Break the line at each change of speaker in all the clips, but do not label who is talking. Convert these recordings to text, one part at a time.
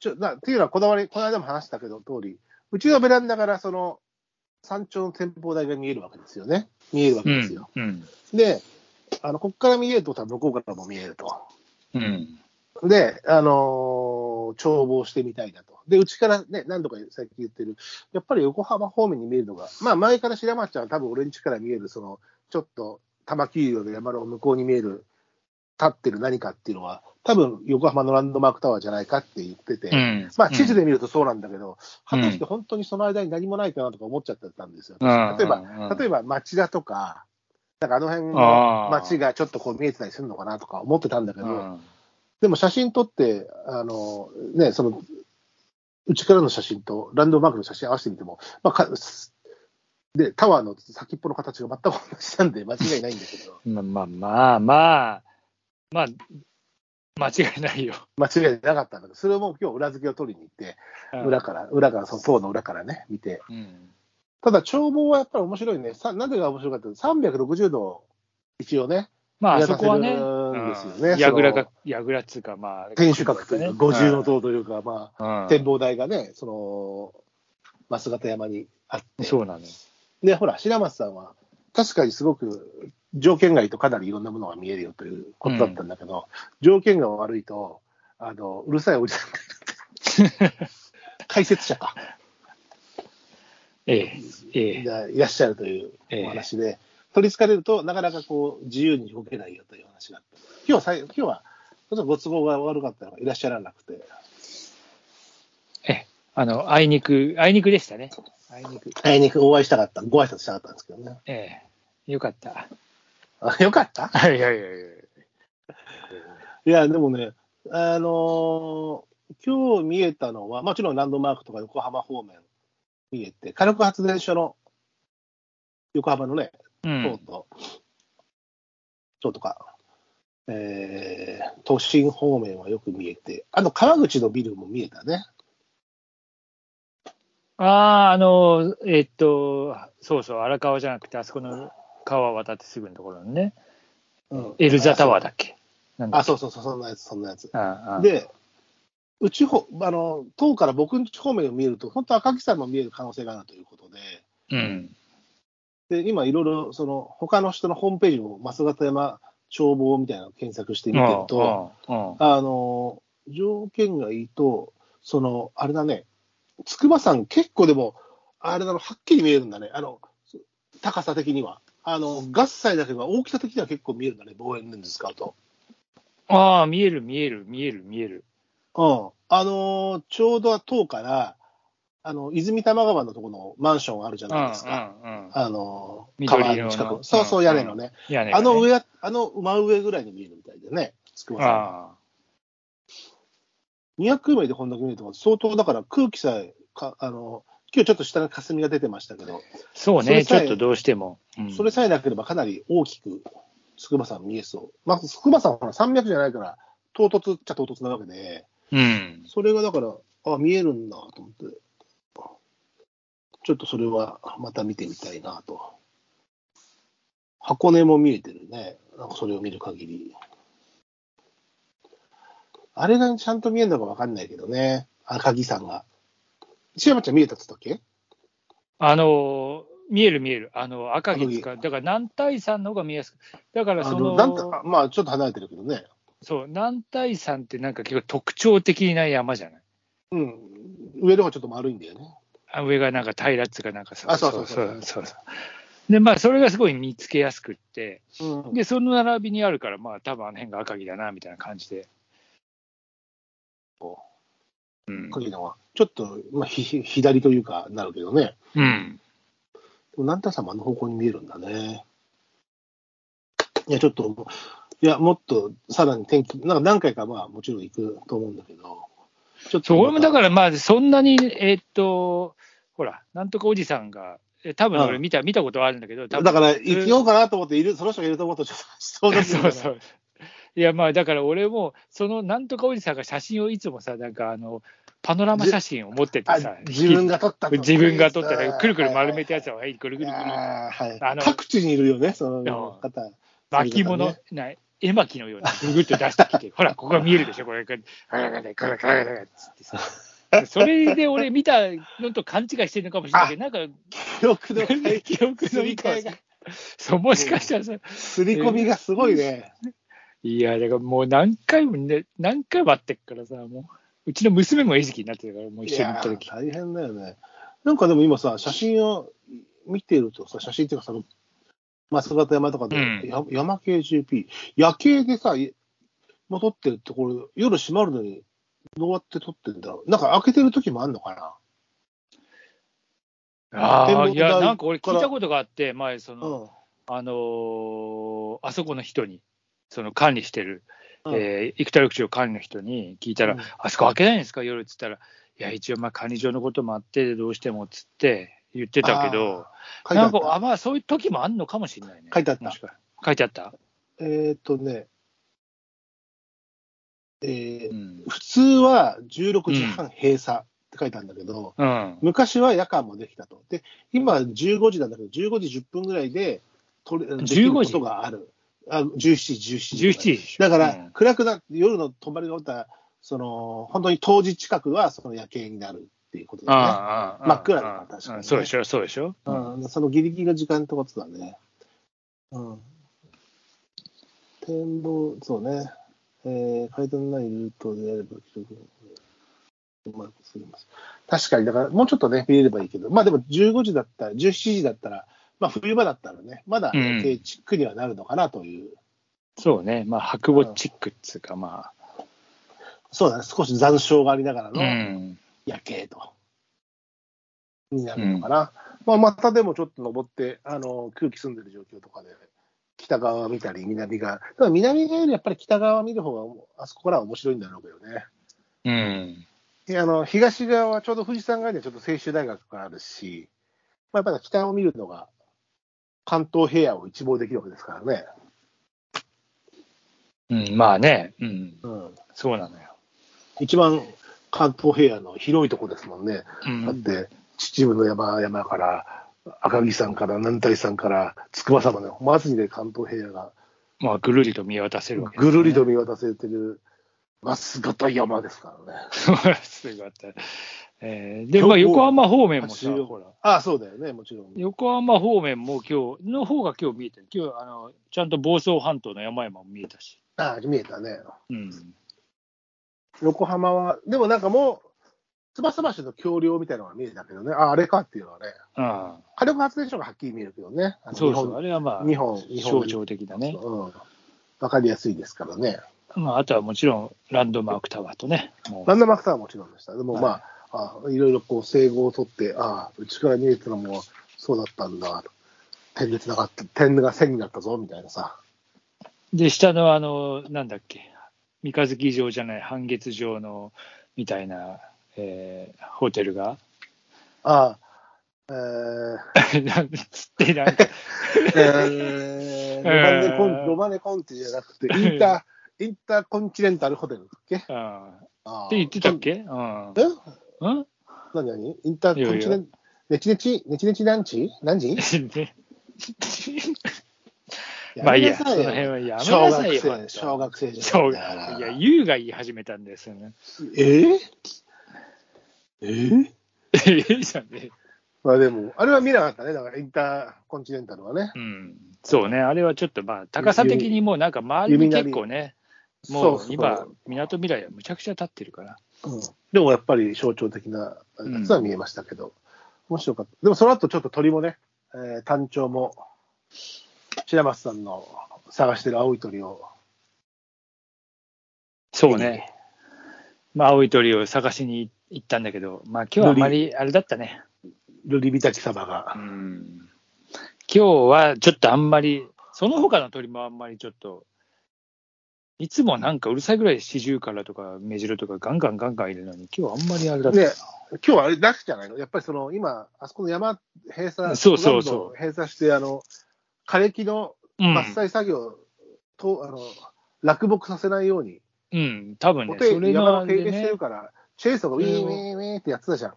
ちょなっていうのはこだわり、この間も話したけど、通り、うちのベランダからその山頂の展望台が見えるわけですよね。見えるわけですよ。
うん。
で、あのここから見えると、多分向こうからも見えると。
うん。
で、あのー眺望してみたいなと。で、うちからね、何度かさっき言ってる、やっぱり横浜方面に見えるのが、まあ前から白松ちゃんは多分俺ん家から見える、その、ちょっと玉木色の山の向こうに見える、立ってる何かっていうのは、多分横浜のランドマークタワーじゃないかって言ってて、
うん。
まあ地図で見るとそうなんだけど、
うん
果たして本当にその間に何もないかなとか思っちゃってたんですよ。
うん、
例えば
ば
例え
ば、
ば町田とか、なんかあの辺
あ
の
ー
町がちょっとこう見えてたりするのかなとか思ってたんだけど、
うん
でも写真撮って、あの、ね、その、うちからの写真とランドマークの写真合わせてみても、まあ、かすで、タワーの先っぽの形が全く同じなんで、間違いないんだけ ど、
まあまあまあまあ、まあ、間違いないよ。
間違いなかったんだけど、それをもう今日裏付けを取りに行って、裏から、裏から、その塔の裏からね、見て。
うん。
ただ、眺望はやっぱり面白いね。さなんでが面白いかっていうと、360度、一応ね、
まあ、あ
やら
そ
させ
こは
る
ね、
んですよ
う
ね
ん
その
やぐらが、やぐらっつうか、まあ、
天守閣というか、五重の
塔
塔というか、まあ、展
展
望台がね、その、増形山にあって。
そうなのよ。
で、ほら、白松さんは、確かにすごく条件がいいとかなりいろんなものが見えるよということだったんだけど、条件が悪いと、あの、うるさいおじさんが いる解説者か、
ええ、ええ。
がいらっしゃるという
ええ
お話で、取り憑かれると、なかなかこう、自由に動けないよという話があった。今日さい、今日は、ちょっとご都合が悪かったのがいらっしゃらなくて、
ええ、あの、あいにく、あいにくでしたね。あいにく。
あいにくお会いしたかった、ご挨拶したかったんですけどね。
ええ、よかった。
あよかった
いやいやいやいや。
いや、でもね、あのー今日見えたのは、もちろんランドマークとか横浜方面見えて、火力発電所の横浜のね、
う
塔
ん。
と、塔とか、えー都心方面はよく見えて、あと川口のビルも見えたね。
ああ、あの、えっと、そうそう、荒川じゃなくて、あそこの川渡ってすぐのところのね、
うん
エルザタワーだっけ。なんだ
あ、
っけ
そうそうそう、そんなやつ、そんなやつ。
ああ、
で、うちほ、あの、塔から僕の家方面を見えると、本当赤木さんも見える可能性があるということで、
うん。
で、今いろいろ、その、他の人のホームページも、増形山眺望みたいなのを検索してみてると、
うん、うん
あの、条件がいいと、その、あれだね、筑波山結構でも、あれだろ、はっきり見えるんだね。あの、高さ的には。あの、合切だけど、大きさ的には結構見えるんだね、望遠レンズ使うと。
ああ、見える、見える、見える、見える。
うん。あの、ちょうど塔から、あの、泉玉川のところのマンションあるじゃ
うん、うん、
ないですか。
うん。
あの、
緑
川
色
の
の
近く。そうそう、屋根のね。
いやね
あの、上、あの真上ぐらいに見えるみたいでね、筑波山。
あ
200名でこんだけ見えると、相当だから空気さえか、あの、今日ちょっと下の霞が出てましたけど、
あ、そう
それ
ね、ち
さえ
ょっとどうしても。うん
それさえなければかなり大きく筑波山見えそう。まあ、筑波山はほら300じゃないから、唐突っちゃ唐突なわけで、
うん。
それがだから、あ、見えるんだと思って、ちょっとそれはまた見てみたいなと。箱根も見えてるね。なんかそれを見る限り。あれがちゃんと見えるのかわかんないけどね。赤木さんが。千山ちゃん見えたっつったっけ
あの、見える見える。あの、赤城使う。だから、南大山の方が見えやすく。だから、
あ
そ
の
の、
なんたまあちょっと離れてるけどね。
そう、南大山ってなんか結構特徴的な山じゃない
うん。上の方がちょっと丸いんだよね。
あ上がなんか平らっつうかなんか
あそうそうそう
そうそうで、まあ、それがすごい見つけやすくって、
うん
で、その並びにあるから、まあ、多分あの辺が赤城だな、みたいな感じで。
こ
うん。
赤木さんは。ちょっと、まあ、ひひ左というかなるけどね。
うん。
でも南太様の方向に見えるんだね。いや、ちょっと、いや、もっとさらに天気、なんか何回かまあもちろん行くと思うんだけど、ちょっ、
そう、俺もだからら、まあ、そんなに、えーっと、ほら、なんとかおじさんが、え多分
う
俺見た、見たことはあるんだけど、多分
だから行ようかなと思っている、その人がいると思うと、ちょっとそ うだ。
そうそうう。いや、まあ、だから俺も、そのなんとかおじさんが写真をいつもさ、なんかあの、パノラマ写真を持ってて
あ
さ、
自分が撮ったと
自分が撮って、くるくる丸め
て、
たやつを、はい、くる
は
く
い
るくる、
はいはい
あの
各地にいるよね、その方。
巻物、ない、絵巻のようにぐぐっと出してきて、ほら、ここが見えるでしょ、これ、これ、これ、これ、これ、これ、これっつってさ。それで俺見たのと勘違いしてるのかもしれないけど、なんか、
記憶の
記憶
す
のい
り
いか
替えが、
そう、もしかしたらさ、
すり込みがすごいね。
いや、だからもう何回もね、何回も会ってっからさ、もう、うちの娘も餌食になってたから、もう一緒に行った
い
時。
やー大変だよね。なんかでも今さ、写真を見てるとさ、写真っていうかさ、松形山とかで、
うん
や山系 GP、夜景でさ、いもう撮ってるところ、夜閉まるのに、どうやって撮ってんだろう。なんか開けてる時もあんのかな。
ああ、
展望台
いや、なんか俺聞いたことがあって、前、その、
うん
あのーあそこの人に、その管理してる、
うん
えー生田緑地を管理の人に聞いたら、
うん
あそこ開けないんですか、夜っつったら、いや、一応、まあ、管理上のこともあって、どうしてもっつって言ってたけど、
書いてあ
なん
っ
か、あ
た。
まあ、そういう時もあんのかもしれないね。
書いてあった
もしか書いてあった、
えーっ、とね、えー
うん、
普通は16時半閉鎖って書いてあるんだけど、
うん。
昔は夜間もできたと。で、今15時なんだけど、15時10分ぐらいで取れ、できる
15
こ
時
とがある。あ17時、17時。
17時でしょ。
だから、
うん
暗くなって、夜の泊まりが終わったら、その、本当に当時近くはその夜景になるっていうこと
あ
だね。
あああ
真っ暗だから確かにね
うんそうでしょ、そうでしょ。
うん、そのギリギリの時間ってことだね。うん。展望、そうね。えー、階段のないルートであれば、記録をうまくすります。確かに、だから、もうちょっとね、見れればいいけど、まあでも、15時だったら、17時だったら、まあ冬場だったらね、まだ、
うん
えーチックにはなるのかなという、
そうね、まあ、白母チックっつうか、まあ、
そうだね、少し残照がありながら
う
の
ん。
夜景と、になるのかな。まあまたでもちょっと登って、あの、空気澄んでる状況とかで、北側見たり、南側。ただ南側よりやっぱり北側見る方が、あそこからは面白いんだろうけどね。
うん
いやあの東側はちょうど富士山側にはちょっと清州大学があるし、まあ、やっぱり北を見るのが関東平野を一望できるわけですからね。
うん、まあね、うん、
うん、
そうなのよ。
一番関東平野の広いとこですもんね。
う
だっ
ん、
て秩父の山々から赤城山から南大山から筑波山までマジで関東平野が
まあ、ぐるりと見渡せるわけ、
ぐるりと。見渡せてるます型山ですからね。
すごかった。 えーで、まあ、横浜方面もさ、
八王
ほら、
ああそうだよねもちろん。
横浜方面も今日の方が今日見えてる。今日、あの、ちゃんと房総半島の山々も見えたし。
ああ見えたね。
うん。
横浜は、でもなんかもう、翼橋の橋梁みたいなのが見えたけどね、ああれかっていうのはね、
あ
火力発電所がはっきり見えるけどね、あ
あ
の
そうそう、あれはまあ、
日本、日本、
象徴的だね。
うん、わかりやすいですからね、
まあ、あとはもちろん、ランドマークタワーとね。もう
ランドマークタワーはもちろんでした、でもまあ、あいろいろこう整合を取って、ああ、うちから見えてたのもそうだったんだ、点でつながった、点が線になったぞみたいなさ、
で、下のあの、なんだっけ、三日月城じゃない、半月城の、みたいな、えーホテルが、
ああ、えー、
なんつって、なんか、
えー、ロマネコンロマネコンテじゃなくて、インタ ー、インターコンチネンタルホテルだっけ
うんっ
って
言ってたっけうん。
え
うん
何何インターコンチ
いや
ネ
いや
ン、ネチネチ、ネチネチ何時何時
でまあいいや、そ
めなさ
の
よ
辺はやめ
小
なさい
学
よ。
生、小学生じゃ
そ
ん
う。いや、優が言い始めたんですよね。
えー、えー
ええじゃんね。
まあでも、あれは見なかったね、だからインターコンチネンタルはね。
うん。そうね、あれはちょっとまあ、高さ的にもうなんか周りに結構ね、もう今、港未来はむちゃくちゃ立ってるから。
そうそううんでもやっぱり象徴的なやつは見えましたけど、面白かった。でもその後ちょっと鳥もね、えー単調も、白松さんの探してる青い鳥を、
そうね。まあ、青い鳥を探しに行ったんだけど、まあ、今日はあまりあれだったね。
ルリビタキ様が
う。ん今日はちょっとあんまり、その他の鳥もあんまりちょっと、いつもなんかうるさいぐらい四十からとか目白とかガンガンガンガンいるのに、今日はあんまりあれだったな。
ね今日はあれなしじゃないのやっぱりその今、あそこの山閉鎖、
そうそうそう
どんどん閉鎖して、あの、枯れ木の
うん
伐採作業と、あの、落木させないように、
うん、多分
お
ね、
手
そ
入れ
れ
山
な
の
ん
手入
で
れして
ね
る、から、チェーンソーがウィー
うん
ウィーウィーってやってたじゃん。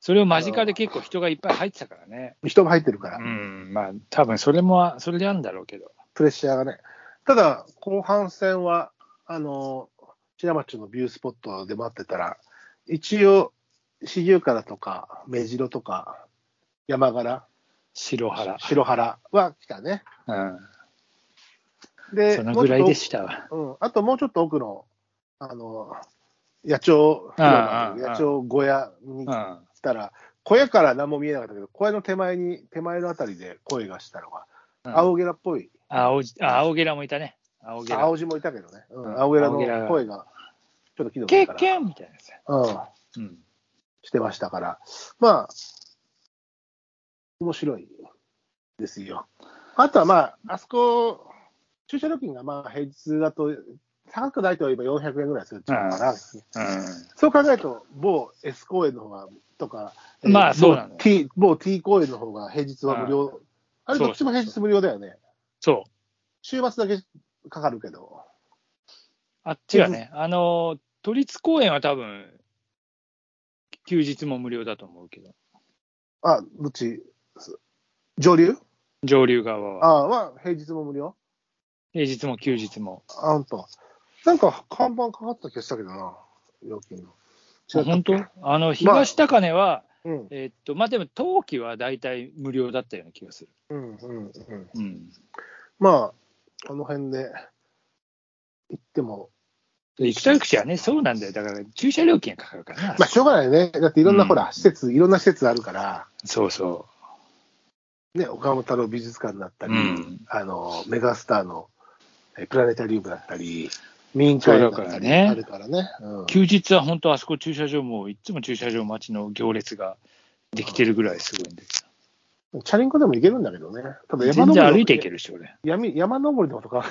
それを間近で結構人がいっぱい入ってたからね。
人も入ってるから、
うん、まあ、多分それも、それであるんだろうけど。
プレッシャーがね。ただ、後半戦は、あの、白町のビュースポットで待ってたら、一応、四十からとか、目白とか、山柄、
白原。
白原は来たね。
うん。
で、
そのぐらいで
し
したわ。
うん、あともうちょっと奥の、あの、野鳥広
ああ
場、野鳥小屋に
う
行っ
ん。
たら、小屋から何も見えなかったけど、小屋の手前に、手前のあたりで声がしたのが、
うん
青ゲラっぽい、
青じあ青ゲラもいたね。青ゲラ。
青字もいたけどね、う
うん
ん、青ゲラ
青ゲラが
の声が、ちょっと聞い
け
た
っ
から。
けんみたいなやつ。
うん、
うん。
してましたから、まあ、面白いですよ。あとはまあ、あそこ、駐車料金がまあ平日だと、高くないといえば400円ぐらいするっていうのかな。そう考えると、某 S 公園の方が、とか、
まあそうなんだよ
某 T, 某 T 公園の方が平日は無料。あれ、どっちも平日無料だよね。
そう。
週末だけかかるけど。
あっちはね、あの、都立公園は多分、休日も無料だと思うけど、
あ、どっちす上流
上流側は、
あは平日も無料
平日も休日も。
あ、ほんと。なんか看板かかった気がしたけどな、料金の。
あ本当あの、東高根は、
うん、
えっと、まあ、でも、冬季は大体無料だったような気がする。
うん、うん、うん。
うん。
まあ、この辺で行っても、
で行きたい口はね、そうなんだよ。だから、駐車料金がかかるからな。
まあ、しょうがないよね。だっていろんな、
うん
ほら、施設、いろんな施設あるから、
そうそ
ね、岡本太郎美術館だったり、
うん
あの、メガスターのえプラネタリウムだったり、民間だっ
そうだから
たり、
ね
あるからね。うん
う。休日は本当、あそこ駐車場も、いつも駐車場待ちの行列ができてるぐらいすごいんだけ
チャリンコでも行けるんだけどね。た
ど、
だ
全
山登り
然
の。
歩いていけるし、俺。
闇山登りのことか。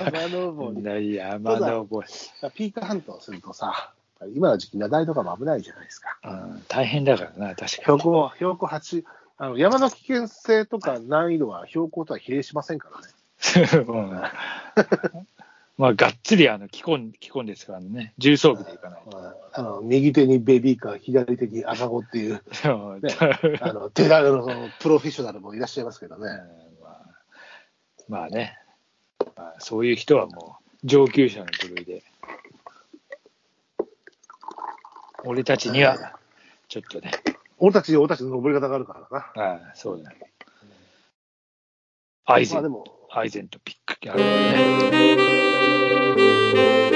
山登り。
いや、まだ覚
ピークハントをするとさ、今の時期、雪崩とかも危ないじゃないですか。
え。うん、大変だからな、確か
標
に。
高、標高8、あの山の危険性とか難易度は標高とは比例しませんからね。
うんまあ、がっつりあの着込ん着込んですからね、重装備でいかないと。
あの右手にベビーカー、左手に赤子っていう、
そう
ねあの手だれのそのプロフェッショナルもいらっしゃいますけど
うん
ね。
まあまあね、まあ、そういう人はもう上級者の部類で、俺たちにはちょっとね、
俺たち、俺たちの登り方があるからな。
ああそうだね。アイゼ
まあで
ン、
も
アイゼンとピック、あれだね。